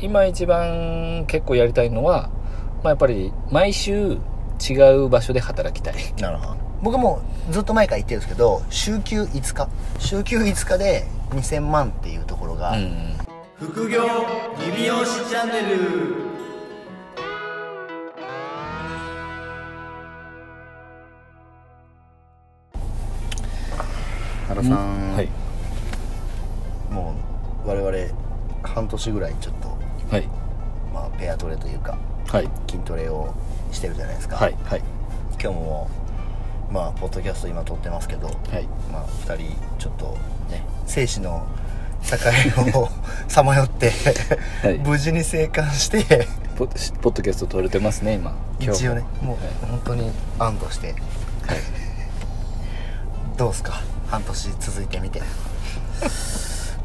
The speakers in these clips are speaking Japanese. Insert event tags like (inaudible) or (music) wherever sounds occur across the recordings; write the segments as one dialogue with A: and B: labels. A: 今一番結構やりたいのは、まあ、やっぱり毎週違う場所で働きたい
B: なるほど僕もずっと前から言ってるんですけど週休5日週休5日で2000万っていうところが、
A: うん
B: 副業リビオシチャンネル原さん、
A: はい
B: もう我々半年ぐらいちょっと、
A: はい
B: まあ、ペアトレというか
A: はい
B: 筋トレをしてるじゃないですか、
A: はいはい
B: 今日もまあポッドキャスト今撮ってますけど、
A: はい
B: まあ、2人ちょっとね生死の境を (laughs) さまよって、
A: はい
B: 無事に生還して
A: ポッポッドキャスト撮れてますね今今日
B: 一応ねもう本当に安堵して、どうすか半年続いてみて
A: う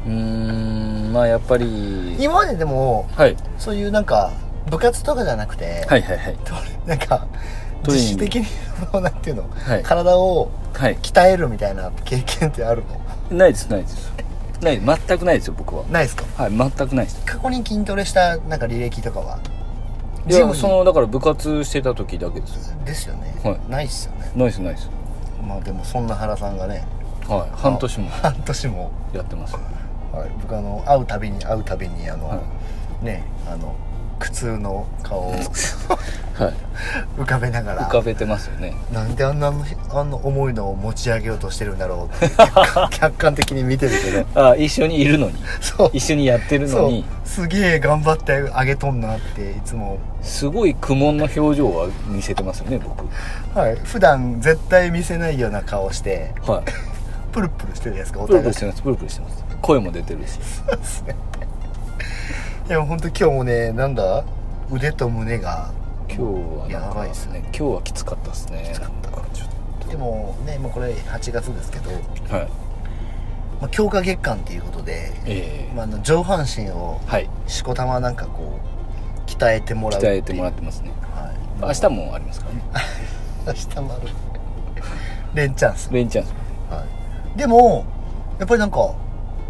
A: ーんまあやっぱり
B: 今まででも
A: はい
B: そういうなんか部活とかじゃなくて、
A: はいはいはい
B: となんか
A: トレーニン
B: 実主
A: グ
B: 的にもうなんていうの、
A: はい
B: 体を
A: はい
B: 鍛えるみたいな経験ってあるの
A: ないですないですない全くないですよ僕は
B: ないですか
A: はい全くないです
B: 過去に筋トレしたなんか履歴とかはいジ
A: や
B: ムに
A: そのだから部活してた時だけですよ
B: ですよね、
A: はい
B: ないっすよね
A: ないですないです
B: まあでもそんな原さんがね
A: はい半年も
B: 半年も、
A: やってます
B: はい、僕あの会うたびに会うたびにあの、
A: は
B: ねあの苦痛の顔を
A: はい
B: 浮かべなが
A: (laughs) 浮からべてますよね
B: なんであんなあんな重いのを持ち上げようとしてるんだろ
A: (laughs)
B: うって客観客観的に見てるけど
A: あ一緒にいるのに
B: そう
A: 一緒にやってるの
B: そう
A: に
B: すげえ頑張って上げとんなっていつも
A: すごい苦悶の表情は見せてますよね僕
B: はい普段絶対見せないような顔して
A: はい
B: プルプルしてるやつかお
A: プル
B: 互い
A: プルしてますプルプルしてます声も出てるし
B: いや本当今日もねなんだ腕と胸が
A: 今日はなん
B: やば
A: か
B: いっす
A: ね今日はきつかったですね
B: きつかった
A: なんちょっ
B: でもねもうこれ8月ですけど、
A: とはい
B: まあ、強化月間っていうことで、
A: ええ
B: まあ、あの上半身を
A: はい
B: しこたまなんかこう鍛えてもらう
A: 鍛えてもら
B: っ
A: っててますね
B: いうはい、
A: 明日もありますからね
B: 明日もある (laughs) 連チャンス、
A: レンチャン
B: はい、でもやっぱりなんか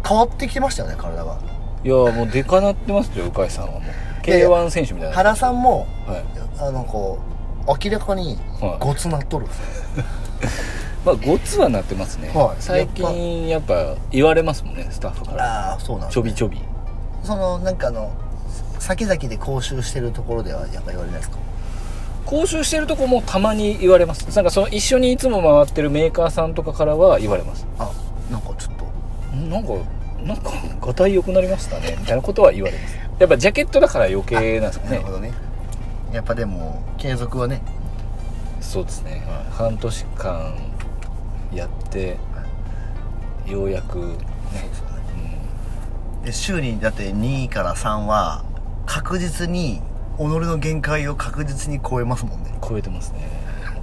B: 変わってきてましたよね体が
A: いやもうデカなってますよ鵜飼さんはもう
B: いやいや
A: K1 選手みたいな
B: 原さんも
A: はい
B: あのこう明らかに
A: はい
B: ごつなっとるんですよ
A: まあごつはなってますね
B: はい
A: 最近やっぱ言われますもんねスタッフから
B: ああそうなんです
A: ちょびちょび
B: そのなんかあの先々で講習してるところではやっぱ言われないですか
A: 講習してるとこもたまに言われますなんかその一緒にいつも回ってるメーカーさんとかからは言われます
B: あなんかちょっと
A: んなんかなんかがたい良くなりましたねみたいなことは言われますやっぱジャケットだから余計なんですか
B: な
A: ね
B: るほどねやっぱでも継続はね
A: そうですね、
B: はい
A: 半年間やってようやく、うん、
B: そうですよねで週にだって2から3は確実に己の限界を確実に超えますもんね
A: 超えてますね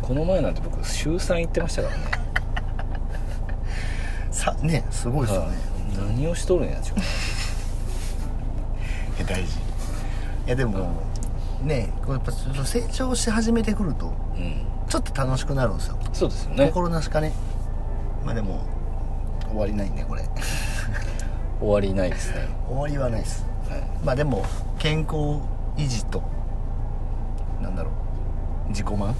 A: この前なんて僕週3行ってましたからね
B: さねすごいですよね、
A: はい何をしとるんやちゅう
B: いや大事いやでも、ねこうやっぱちょっと成長し始めてくると
A: うん
B: ちょっと楽しくなるんですよ、
A: そうですよね
B: 心なしかねまあでも終わりないんでこれ
A: 終わりないですね、
B: 終わりはないです
A: は
B: まあでも健康維持となんだろう自己満
A: い、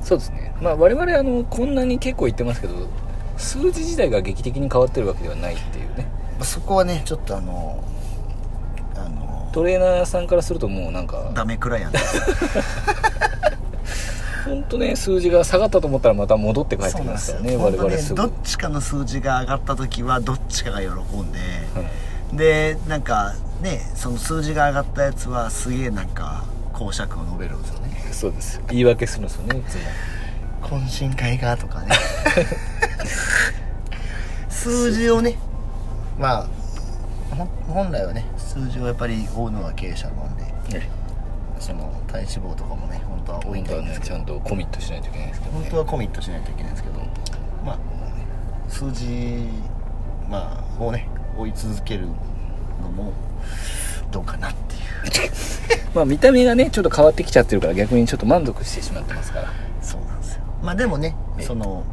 A: そうですねまあ我々あのこんなに結構言ってますけど数字自体が劇的に変わってるわけではないっていうね
B: そこはねちょっとあのあの
A: トレーナーさんからするともうなんか
B: ダメクライアント
A: 本当ね数字が下がったと思ったらまた戻って帰って
B: そう
A: き
B: な
A: ま
B: んですす
A: か
B: よ
A: らね
B: ほ
A: 我
B: んと
A: 々
B: ね
A: すぐ
B: どっちかの数字が上がった時はどっちかが喜んで、でなんかねその数字が上がったやつはすげえなんか講釈を述べるんですよね
A: そうです言い訳するんですよねいつも
B: 懇親会がと (laughs) かね数字をねまあほん本来はね数字をやっぱり追うのが経営者なんでその体脂肪とかもね本当は多い
A: 本
B: ん
A: 当は
B: で
A: ね
B: すけ
A: ち
B: ど
A: ゃんとコミットしないといけないですけど
B: 本
A: ね
B: 当はコミットしないといけないんですけどまあね数字まあをね追い続けるのもどうかなっていう
A: まあ見た目がねちょっと変わってきちゃってるから逆にちょっと満足してしまってますから
B: そうなんですよまあでもね
A: ええ
B: その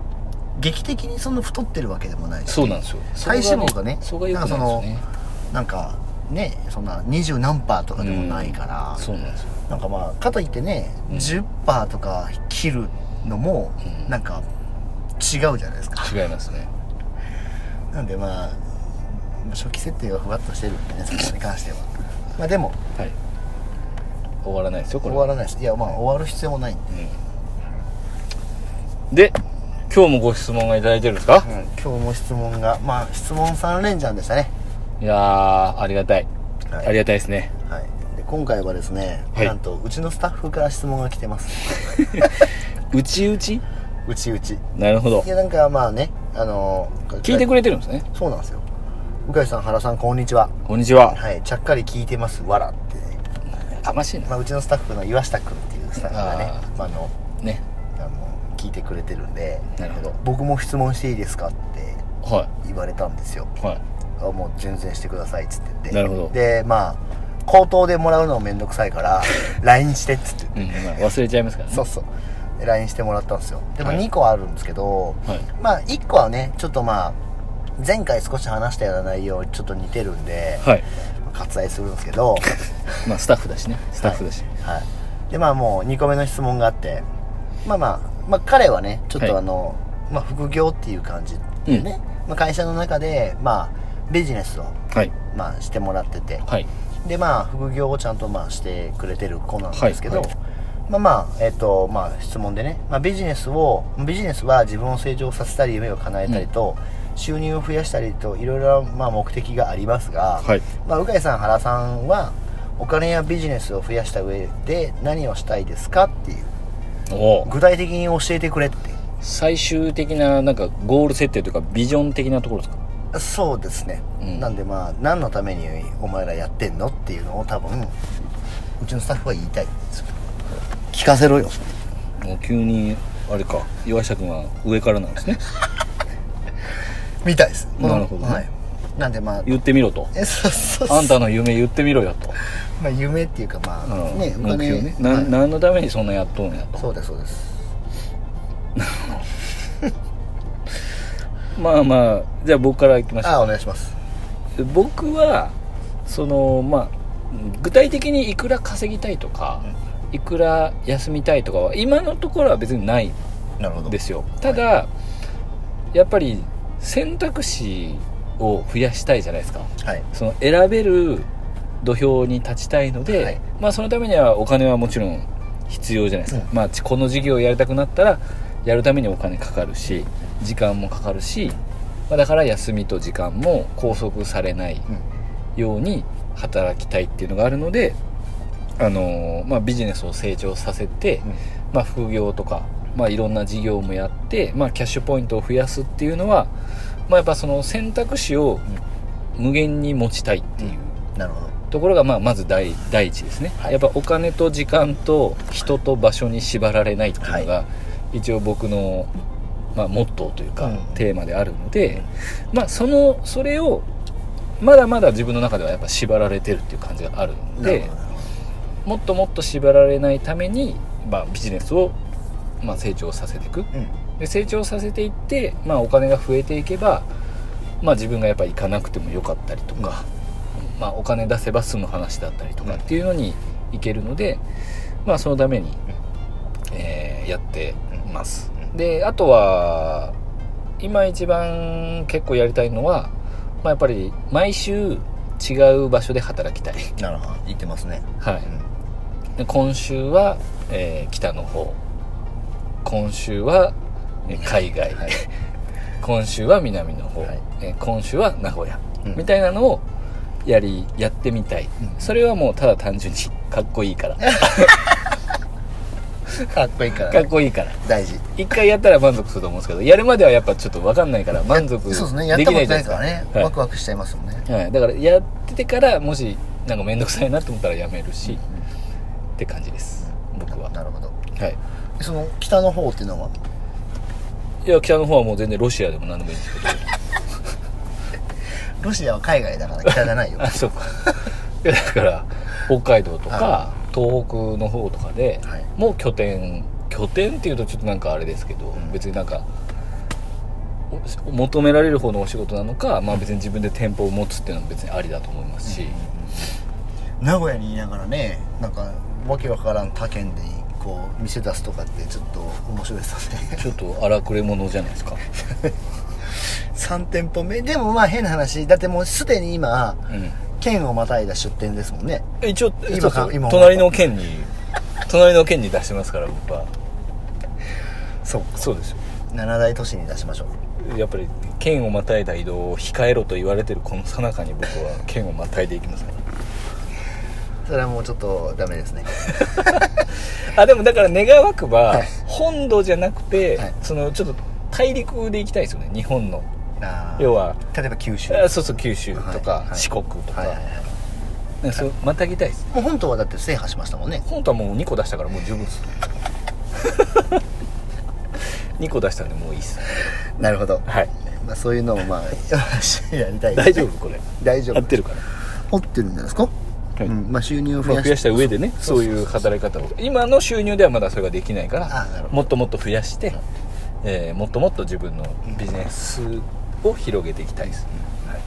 B: 劇的にその太ってるわけでもないし
A: そうなんですよ
B: 体脂肪がね
A: そこが良くないですよね
B: なんかねそんな二十何パーとかでもないから、
A: そうなんですよ
B: なんかまあかといってね、
A: うん
B: 10パーとか切るのも
A: うん
B: なんか違うじゃないですか、
A: 違いますね
B: なんでまあ初期設定がふわっとしてるんでねそこに関してはまあでも
A: はい終わらないですよこ
B: 終
A: れ
B: わらないですいやまあ終わる必要もないんで、
A: うんで今日もご質問がいただいてるんですか、
B: 今日も質問がまあ質問3連チャンでしたね
A: いやーありがたい、
B: はい
A: ありがたいですね
B: はいで今回はですね、
A: はい
B: なんとうちのスタッフから質問が来てます
A: うちうち
B: うちうち
A: なるほど
B: いやなんかまあねあのー
A: 聞いてくれてるんですね
B: そうなんですよ鵜飼さん原さんこんにちは
A: こんにちは
B: はいちゃっかり聞いてますわらってね
A: かましいな
B: まあ、うちのスタッフの岩下君っていうスタッフがね
A: あ
B: まあ、あの
A: ね
B: あの聞いてくれてるんで
A: なるほど
B: 僕も質問していいですかって
A: は
B: 言われたんですよ
A: いは
B: あもう全然してくださいっつって言って
A: なるほど
B: でまあ口頭でもらうのもめんどくさいから
A: (laughs)
B: LINE してっつって
A: い、うんまあ、忘れちゃいますからね
B: そうそうで LINE してもらったんですよでも
A: はい
B: 2個あるんですけど、
A: はい
B: まあ1個はねちょっとまあ前回少し話したような内容にちょっと似てるんで、
A: はい
B: 割愛するんです
A: (laughs)
B: けど
A: まあスタッフだしねスタッフだし、
B: はい、でまあもう2個目の質問があってまあまあ、まあ、彼はねちょっ
A: はい
B: とあの、まあ、副業っていう感じでね、まあ、会社の中でまあビジネスを、
A: はい
B: まあ、してもらってて
A: はい
B: でまあ副業をちゃんとまあしてくれてる子なんですけど、
A: はいはい
B: まあまあえっ、とまあ質問でね、まあ、ビジネスをビジネスは自分を成長させたり夢を叶えたりと、収入を増やしたりといろいろなまあ目的がありますが、
A: はい
B: まあ、鵜飼さん原さんはお金やビジネスを増やした上で何をしたいですかっていう
A: おお
B: 具体的に教えてくれって
A: 最終的ななんかゴール設定というかビジョン的なところですか
B: そうですね、
A: うん
B: なんでまあ何のためにお前らやってんのっていうのを多分うちのスタッフは言いたいんですよ聞かせろよ
A: もう急にあれか岩下君は上からなんです
B: (laughs)
A: ね
B: みたいです
A: なるほどね
B: はい、なんでまあ
A: 言ってみろと
B: えそうそうそう
A: あんたの夢言ってみろよと、
B: まあ夢っていうかまあ、
A: うん
B: ねお
A: 目
B: 金
A: 標ね、な
B: はい
A: 何のためにそんなやっとんやと
B: そうですそうです
A: まあまあじゃあ僕からいきましょう
B: ああお願いします
A: 僕はそのまあ具体的にいくら稼ぎたいとか、いくら休みたいとかは今のところは別にない
B: なるほど
A: ですよただ、やっぱり選択肢を増やしたいじゃないですか
B: はい
A: その選べる土俵に立ちたいので、
B: はい
A: まあそのためにはお金はもちろん必要じゃないですか、
B: う
A: まあちこの事業をやりたくなったらやるためにお金かかるし時間もかかるし、まあ、だから休みと時間も拘束されない
B: うん
A: ように働きたいっていうのがあるので、あのーまあ、ビジネスを成長させて、
B: うん
A: まあ、副業とか、まあ、いろんな事業もやって、まあ、キャッシュポイントを増やすっていうのは、まあ、やっぱその選択肢を無限に持ちたいっていう
B: なるほど
A: ところが、まあ、まず第第一ですね、
B: はい
A: やっぱお金と時間と人と場所に縛られないっていうのが、
B: は
A: 一応僕の、まあ、モットーというか、
B: うん
A: テーマであるので、まあ、そのそれをまだまだ自分の中ではやっぱ縛られてるっていう感じがあるの
B: なる
A: で
B: ほどなるほど
A: もっともっと縛られないために、まあ、ビジネスを、まあ、成長させていく
B: うん
A: で成長させていって、まあ、お金が増えていけば、まあ、自分がやっぱ行かなくてもよかったりとか、まあ、お金出せば済む話だったりとか
B: うん
A: っていうのに行けるので、まあ、そのために、えーやってます
B: う。ん
A: であとは今一番結構やりたいのは、まあ、やっぱり毎週違う場所で働きたい。 (laughs)
B: なるほど言ってますね
A: はい、
B: う
A: で今週は、えー北の方今週は、えー海外、
B: はい
A: 今週は南の方、
B: はい
A: えー今週は名古屋、
B: うん
A: みたいなのをやりやってみたい、
B: うん
A: それはもうただ単純にかっこいい
B: (laughs)
A: からか (laughs)
B: んかっこいいから
A: っこいいから
B: 大事
A: 一回やったら満足すると思うんですけどやるまではやっぱちょっと分かんないから満足でき
B: そうです
A: な
B: ね
A: い
B: やったことない
A: じ
B: か
A: ゃ
B: ら
A: ない
B: ね
A: ですか
B: ワクワクしちゃいますもんね
A: はいはい、だからやっててからもしなんか面倒くさいなと思ったらやめるし、って感じです僕は
B: なるほど
A: はい
B: その北の方っていうのはい
A: や北の方はもう全然ロシアでも何でもいいんですけど
B: ロシアは海外だから北じゃないよ (laughs)
A: あそうかいや (laughs) だから北海道とか
B: は
A: 東北の方とかで、
B: はい
A: もう拠点拠点っていうとちょっとなんかあれですけど、
B: ん
A: 別になんかお求められる方のお仕事なのか、まあ、別に自分で店舗を持つっていうのも別にありだと思いますし、
B: うん名古屋にいながらねなんかわけわからん他県でこう店出すとかってちょっと面白いですよね (laughs)
A: ちょっと荒くれ者じゃないですか
B: 3店舗目でもまあ変な話だってもうすでに今
A: うん
B: 県をまたいだ出店ですもんね
A: 一応
B: 今
A: そうそう
B: 今思った
A: 隣の県に隣の県に出してますから僕は
B: そう
A: そうですよ
B: 七大都市に出しましょう
A: やっぱり県をまたいだ移動を控えろと言われてるこの最中に僕は県をまたいでいきますか
B: それはもうちょっとダメです (laughs) ね
A: らあでもだから願わくば、
B: はい
A: 本土じゃなくて、
B: はい
A: そのちょっと大陸で行きたいですよね日本の
B: あー
A: 要は
B: 例えば九州
A: あそうそう九州とか、
B: はいはい
A: 四国とか,、
B: はいはいはい
A: そうまたぎたいです
B: もう本島はだって制覇しましたもんね
A: 本当はもう2個出したからもう十分です (laughs) 2個出したんでもういいっす
B: なるほど、
A: はい
B: まあ、 (laughs) そういうのをまあやりたいです
A: 大丈夫これ
B: 大丈
A: 合
B: 夫
A: ってるから
B: 掘ってるんじゃないですか、
A: い
B: うんまあ、収入を増
A: ま
B: や
A: あ
B: し
A: 増やした上でね
B: そう
A: そう
B: そうそう
A: いう働き方を今の収入ではまだそれができないか
B: あなる
A: ら
B: ほど
A: もっともっと増やして、えーもっともっと自分のビジネスを広げていきたいです、はい、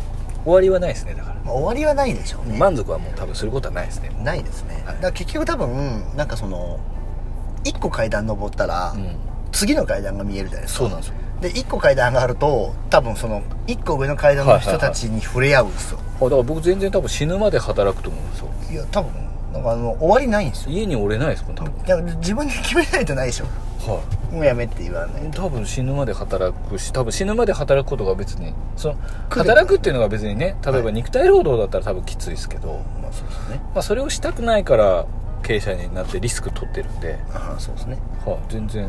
A: 終わりはないですねだか
B: まあ、終わりはないでしょう
A: ら
B: ね、
A: 満足はもう多分することはないですね
B: ないですね、
A: はい
B: だから結局多分なんかその1個階段登ったら、
A: うん
B: 次の階段が見えるじゃないですか
A: そうなんですよ
B: で1個階段があると多分その1個上の階段の人たちに触れ合うんですよ、
A: あだから僕全然多分死ぬまで働くと思うんですよ
B: いや多分なんかあの終わりないんですよ
A: 家におれないですもん多分
B: いや自分で決めないとないでしょ
A: はい
B: もうやめって言わない
A: 多分死ぬまで働くし多分死ぬまで働くことが別にその
B: 苦で
A: 働くっていうのが別にね例え
B: は
A: ば
B: い
A: 肉体労働だったら多分きついですけど、
B: まあそうですね
A: まあ、それをしたくないから経営者になってリスク取ってるんで、
B: ああそうですね
A: はい全然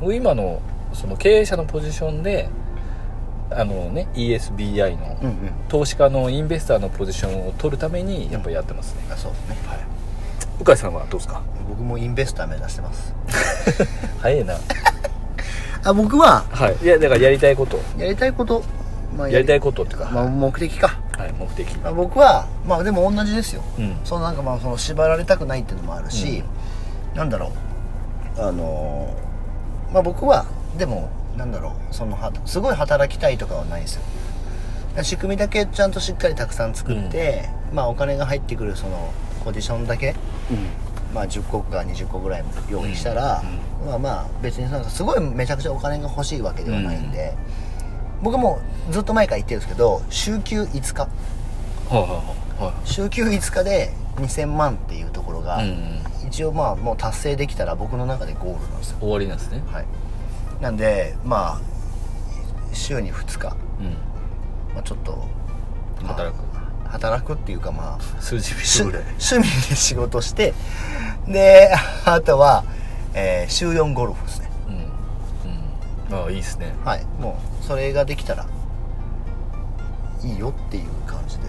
A: もう今のその経営者のポジションであのね ESBI の、
B: うんうん
A: 投資家のインベスターのポジションを取るためにやっぱやってますね、
B: あそうですね
A: はい鵜飼さんはどうですか
B: 僕もインベスター目指してます
A: 早いな
B: あ僕は
A: はいいやだからやりたいこと
B: やりたいこと、まあ
A: やりたいことっていうか、
B: まあ、目的か、
A: はい、目的
B: まあ、僕はまあでも同じですよ
A: うん
B: そのなんかまあその縛られたくないっていうのもあるし、なんだろうあのーまあ僕はでもなんだろうそのはすごい働きたいとかはないですよ仕組みだけちゃんとしっかりたくさん作って、まあお金が入ってくるそのポジションだけまあ10個か20個ぐらい用意したら、まあまあ別になんかすごいめちゃくちゃお金が欲しいわけではないんで、僕もずっと前から言ってるんですけど週休5日
A: はいはいはいはい
B: 週休5日で2000万っていうところ
A: う
B: が、
A: ん
B: 一応まあもう達成できたら僕の中でゴールなんですよ
A: 終わりなんですね
B: はいなんでまあ週に2日、
A: うん
B: まあ、ちょっとまあ
A: 働く
B: 働くっていうかまあ
A: 数字見
B: 趣
A: てぐらい
B: 趣味で仕事してであとは、えー週4ゴルフですね
A: うんうんああいいですね
B: はいもうそれができたらいいよっていう感じで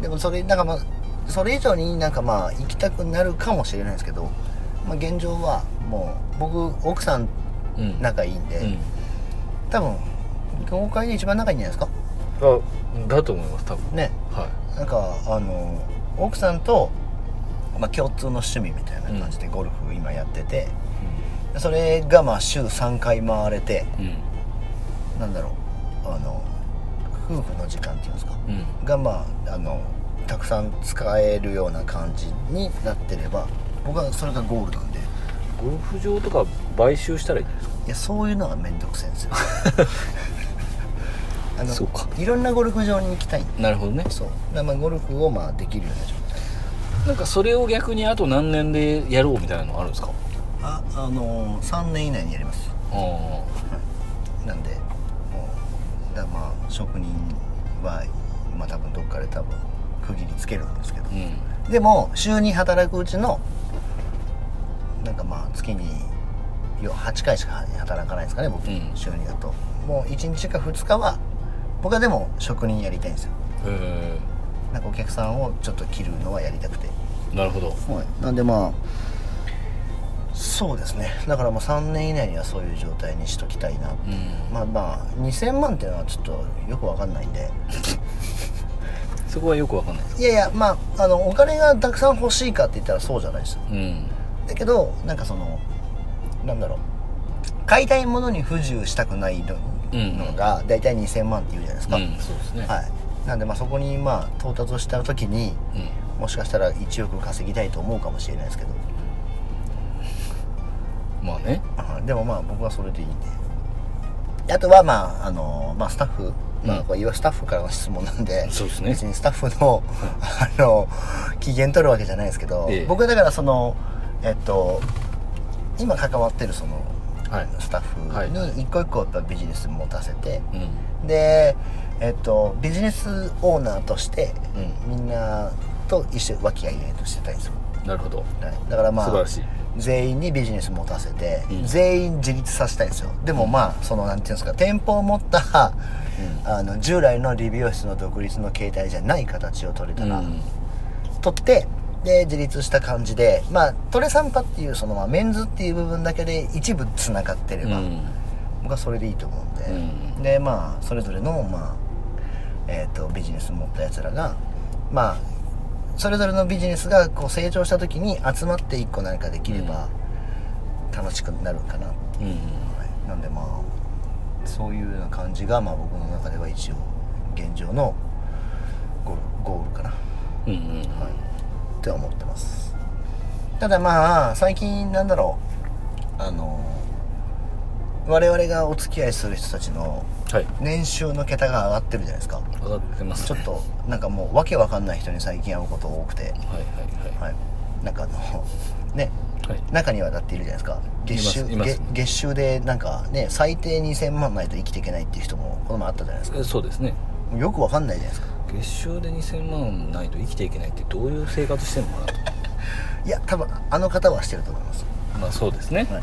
B: でもそれなんかまあそれ以上になんかまあ行きたくなるかもしれないですけど、まあ、現状はもう僕奥さん
A: うん
B: 仲いいんで、
A: うん
B: 多分業界で一番仲いいんじゃないです
A: あだと思います多分
B: かね
A: は
B: なんかあの奥さんと、まあ、共通の趣味みたいな感じでゴルフ今やってて、
A: い
B: それがまあ週3回回れて
A: うん
B: なんだろうあの夫婦の時間っていうんですか
A: うんうん
B: がまああのたくさん使えるような感じになってれば僕はそれがゴールなんで
A: ゴルフ場とか買収したらいいんじゃないです
B: いやそういうのが面倒くせえんです (laughs) よあの
A: そうか
B: いろんなゴルフ場に行きたいんで
A: かなるほどね
B: そうだからまあゴルフをまあできるような状態
A: なんかそれを逆にあと何年でやろうみたいなのあるんですか
B: ああのー、3年以内にやります
A: ああ
B: なんでもうだまあ職人はまあ多分どっかで多分区切りつけるんですけど
A: うん
B: でも週に働くうちのなんかまあ月によ8回しか働かないですかね僕、
A: うん
B: 週にだともう1日か2日は僕はでも職人やりたいんですよ
A: へ
B: なんかお客さんをちょっと切るのはやりたくて
A: えなるほど
B: はいなんでまあそうですねだからもう3年以内にはそういう状態にしときたいな
A: うん
B: まあまあ2000万っていうのはちょっとよくわかんないんで
A: そこはよくわかんないです
B: いやいやまああのお金がたくさん欲しいかって言ったらそうじゃないです
A: うん
B: だけどなんかそのなんだろう買いたいものに不自由したくないの
A: うん
B: のが大体2000万って言うじゃないです
A: う
B: か、
A: んそうですね
B: はいなんでまあそこにまあ到達した時に
A: うん
B: もしかしたら1億稼ぎたいと思うかもしれないですけど、
A: まあね
B: はいでもまあ僕はそれでいいんでであとはまああの、まあ、スタッフ、ま
A: う
B: あ、
A: ん
B: これいわゆるスタッフからの質問なんで
A: そうですね
B: 別にスタッフの (laughs) あの機嫌取るわけじゃないですけど、
A: ええ
B: 僕はだからそのえっと今関わってるその
A: はい
B: スタッ
A: はい
B: フに一個一個やっぱビジネス持たせて、
A: うん
B: でえっとビジネスオーナーとして
A: う
B: みんなと一緒に和気あいあいとしてたいんですよ、
A: んなるほど
B: はいだからまあ
A: 素晴らしい
B: 全員にビジネス持たせて、
A: うん
B: 全員自立させたいんですよでもまあそのなんていうんですか店舗を持った、あの従来の理美容室の独立の形態じゃない形を取れたら、
A: うん
B: 取ってで自立した感じでまあトレサンパっていうその、まあ、メンズっていう部分だけで一部つながってれ
A: う
B: ば、
A: ん
B: 僕はそれでいいと思うんで、
A: うん
B: でまあそれぞれの、まあえー、とビジネス持ったやつらがまあそれぞれのビジネスがこう成長した時に集まって一個何かできれば楽しくなるかな、
A: うん
B: はいなんでまあそういうような感じが、まあ、僕の中では一応現状のゴールゴールかな、は
A: うんうん
B: い、って思ってますただまあ最近なんだろうあの我々がお付き合いする人たちの
A: はい
B: 年収の桁が上がってるじゃないですか
A: 上がってます
B: ちょっとなんかもうわけわかんない人に最近会うこと多くて
A: はいはいは
B: はいなんかあの (laughs) ね
A: いはい
B: 中にはだっているじゃないですか月収
A: いますいます
B: 月月収でなんかね最低2000万ないと生きていけないっていう人もこの前あったじゃないですか
A: えそうですね
B: よくわかんないじゃないですか
A: 月収で2000万ないと生きていけないってどういう生活してんのかない
B: や多分あの方はしてると思います
A: とまあそうですね
B: はい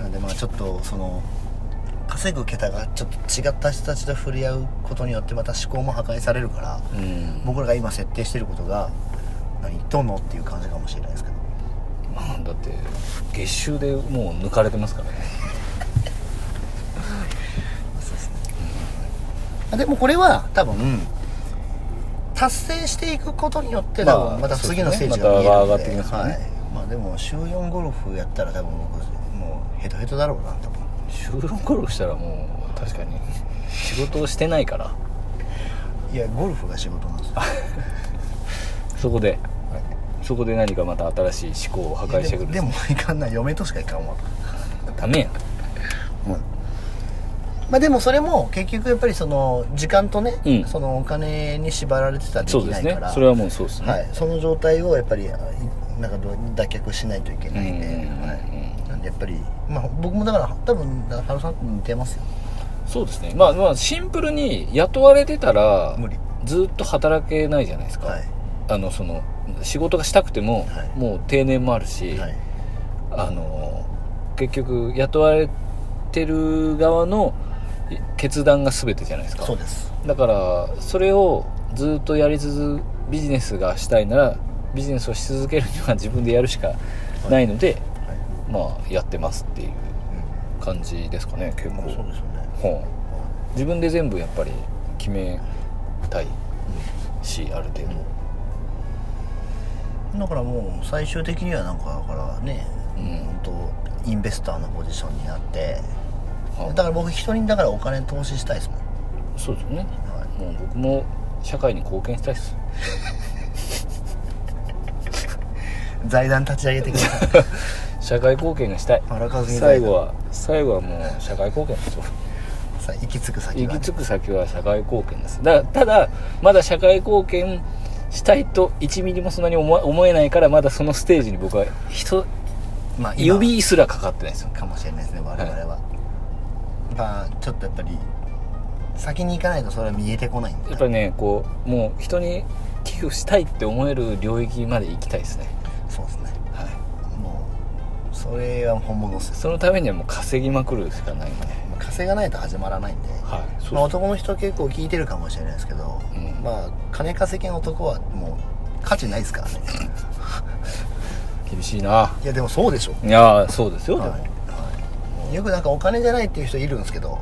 B: なんでまあちょっとその稼ぐ桁がちょっと違った人たちと触れ合うことによってまた思考も破壊されるから
A: うん
B: 僕らが今設定してることが何言っとんのっていう感じかもしれないですけど
A: まあだって月収でもう抜かれてますからね
B: そうですね、あでもこれは多分達成していくことによって
A: まあ
B: 多分また次のステージ
A: そう
B: が
A: ですねまた上がって
B: 見えるんで、
A: きますよね
B: はい、まあでも週4ゴルフやったら多分僕もうヘトヘトだろうな多分
A: 収録ゴルフしたらもう確かに仕事をしてないから
B: いやゴルフが仕事なんですよ
A: そこでそこで何かまた新しい思考を破壊してくる
B: いやでもでもいかんな嫁としかいかんわ
A: ダメや
B: まあでもそれも結局やっぱりその時間とね、
A: うん
B: そのお金に縛られてたらでき
A: そうで
B: な
A: す
B: い
A: ね
B: から
A: それはもうそうですね、
B: はい、その状態をやっぱりあいなんかどう脱却しないといけないんで、
A: うんうんうん
B: はい、なんでやっぱり、まあ、僕もだから多分だから原さんと似てますよ
A: そうですねまあまあシンプルに雇われてたら
B: 無理
A: ずっと働けないじゃないですか、
B: はい
A: あのその仕事がしたくても、
B: はい
A: もう定年もあるし、
B: はい
A: あの結局雇われてる側のい決断が全てじゃないですか
B: そうです
A: だからそれをずっとやり続ビジネスがしたいならビジネスをし続けるには自分でやるしかないので、
B: はい、
A: まあやってますっていう感じですかね結
B: うん、
A: 構、
B: まあそうですよね
A: ほう自分で全部やっぱり決めたいしある程度、
B: だからもう最終的にはなんかだからね、
A: うん
B: 本当インベスターのポジションになって
A: はい
B: だから僕人にだからお金投資したいですもん、
A: そうですよね
B: はい、
A: もう僕も社会に貢献したいです
B: 財団立ち上げてください
A: 社会貢献がしたい
B: (laughs) 荒稼ぎ
A: 最
B: 財団
A: 後は最後はもう社会貢献ですよ
B: さあ行き着く先
A: 行
B: は
A: き着く先は社会貢献ですだただまだ社会貢献したいと1ミリもそんなに思わ思えないからまだそのステージに僕は人
B: まあ今
A: 指すらかかってないですよ
B: かもしれないですね我々は、
A: は
B: まあちょっとやっぱり先に行かないとそれは見えてこないんで
A: やっぱりねこうもう人に寄付したいって思える領域まで行きたいですね
B: そうですね
A: はい
B: もうそれは本物ですよ
A: そのためにはもう稼ぎまくるしかないんで
B: まあ稼がないと始まらないんで、
A: はい
B: まあ、
A: そう
B: 男の人結構聞いてるかもしれないですけど、
A: うん
B: まあ金稼ぎの男はもう価値ないです
A: (laughs)
B: からね
A: 厳しいない
B: やでもそうでしょ
A: いやーそうですよ、
B: は
A: で
B: い
A: も
B: はいよくなんかお金じゃないっていう人いるんですけど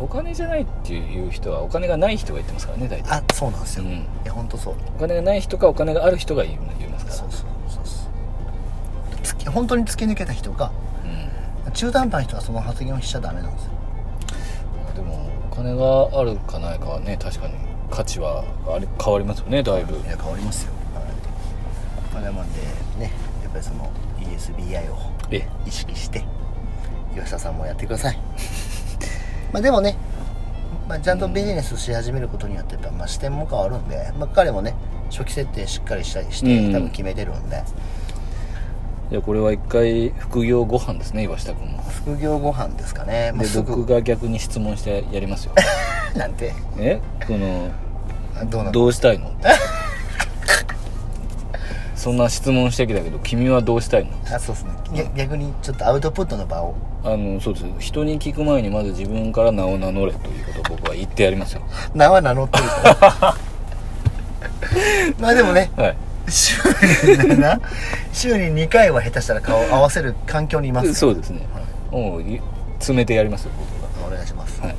A: お金じゃないっていう人はお金がない人が言ってますからね大体
B: あそうなんですよ、
A: うん
B: いや本当そう
A: お金がない人かお金がある人が言う言いますから
B: そうそうそうそうつき本当に突き抜けた人か
A: うん
B: 中途半端な人はその発言をしちゃダメなんですよ
A: でもお金があるかないかはね確かに価値はあれ変わりますよねだいぶ
B: いや変わりますよなもんでねやっぱりその ESBI を
A: え
B: 意識して吉田さんもやってください (laughs) まあでもね、まあ、ちゃんとビジネスし始めることによってやっぱ、まあ、視点も変わるんで、まあ、彼もね初期設定しっかりしたりして、
A: うん
B: 多分決めてるんで
A: じゃあこれは一回副業ご飯ですね岩下君の
B: 副業ご飯ですかね、まあ、
A: です僕
B: ぐ
A: が逆に質問してやります (laughs) よ
B: なんて
A: えこの
B: あどうなの
A: どうしたいのそんな質問してきたけど君はどうしたいの
B: あそうですねぎ逆にちょっとアウトプットの場を
A: あのそうです人に聞く前にまず自分から名を名乗れということを僕は言ってやりますよ
B: 名は名乗ってるから (laughs) まあでもね
A: はい
B: 週に7週に2回は下手したら顔合わせる環境にいます
A: そうですね、
B: は
A: もうい詰めてやりますよ僕が
B: お願いします、
A: はい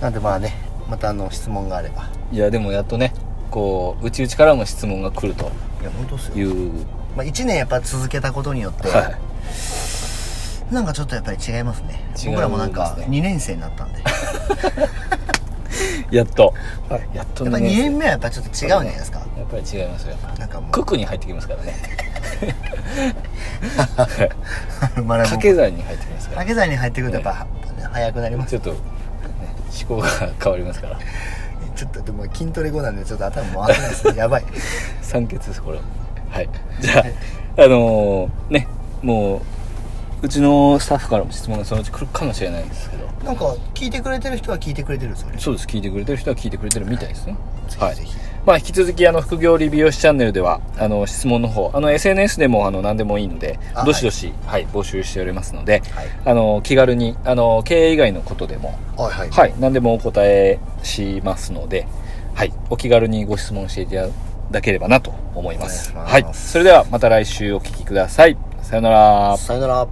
B: なんでまあねまたあの質問があれば
A: いやでもやっとねこううちうちからも質問が来ると
B: いや本当っす
A: い
B: よ、
A: う
B: まあ、1年やっぱ続けたことによって、
A: は
B: なんかちょっとやっぱり違いますね
A: 違いますね
B: 僕らもなんか2年生になったんで
A: いや
B: やっ
A: っと、やっと
B: ぱ2
A: ね
B: 年目はやっぱちょっと違うんじゃないですか
A: やっぱり違いますよやっぱ
B: なんかも
A: クックに入ってきますから (laughs) ね
B: う学ぶ
A: 掛け算に入ってきますから
B: 掛け算に入ってくるとやっぱ、ね早くなります
A: ちょっと、ね、思考が変わりますから
B: ちょっとでも筋トレ後なんでちょっと頭回ってないですねや (laughs) ばい
A: 酸欠ですこれはいじゃああのーねもううちのスタッフからも質問がそのうち来るかもしれないですけど
B: なんか聞いてくれてる人は聞いてくれてるんですよね
A: そうです聞いてくれてる人は聞いてくれてるみたいですね
B: ぜ
A: はい
B: ひぜひ
A: まあ、引き続きあの副業理美容師チャンネルではあの質問の方あの SNS でもあの何でもいいので
B: あ
A: どしどし、はい募集しておりますので、
B: はい
A: あの気軽にあの経営以外のことでも、
B: はいはい
A: はい、何でもお答えしますので、はい、お気軽にご質問していただければなと思います。
B: お願いし
A: はい
B: ま、す
A: それではまた来週お聞きください。さようなら。
B: さよなら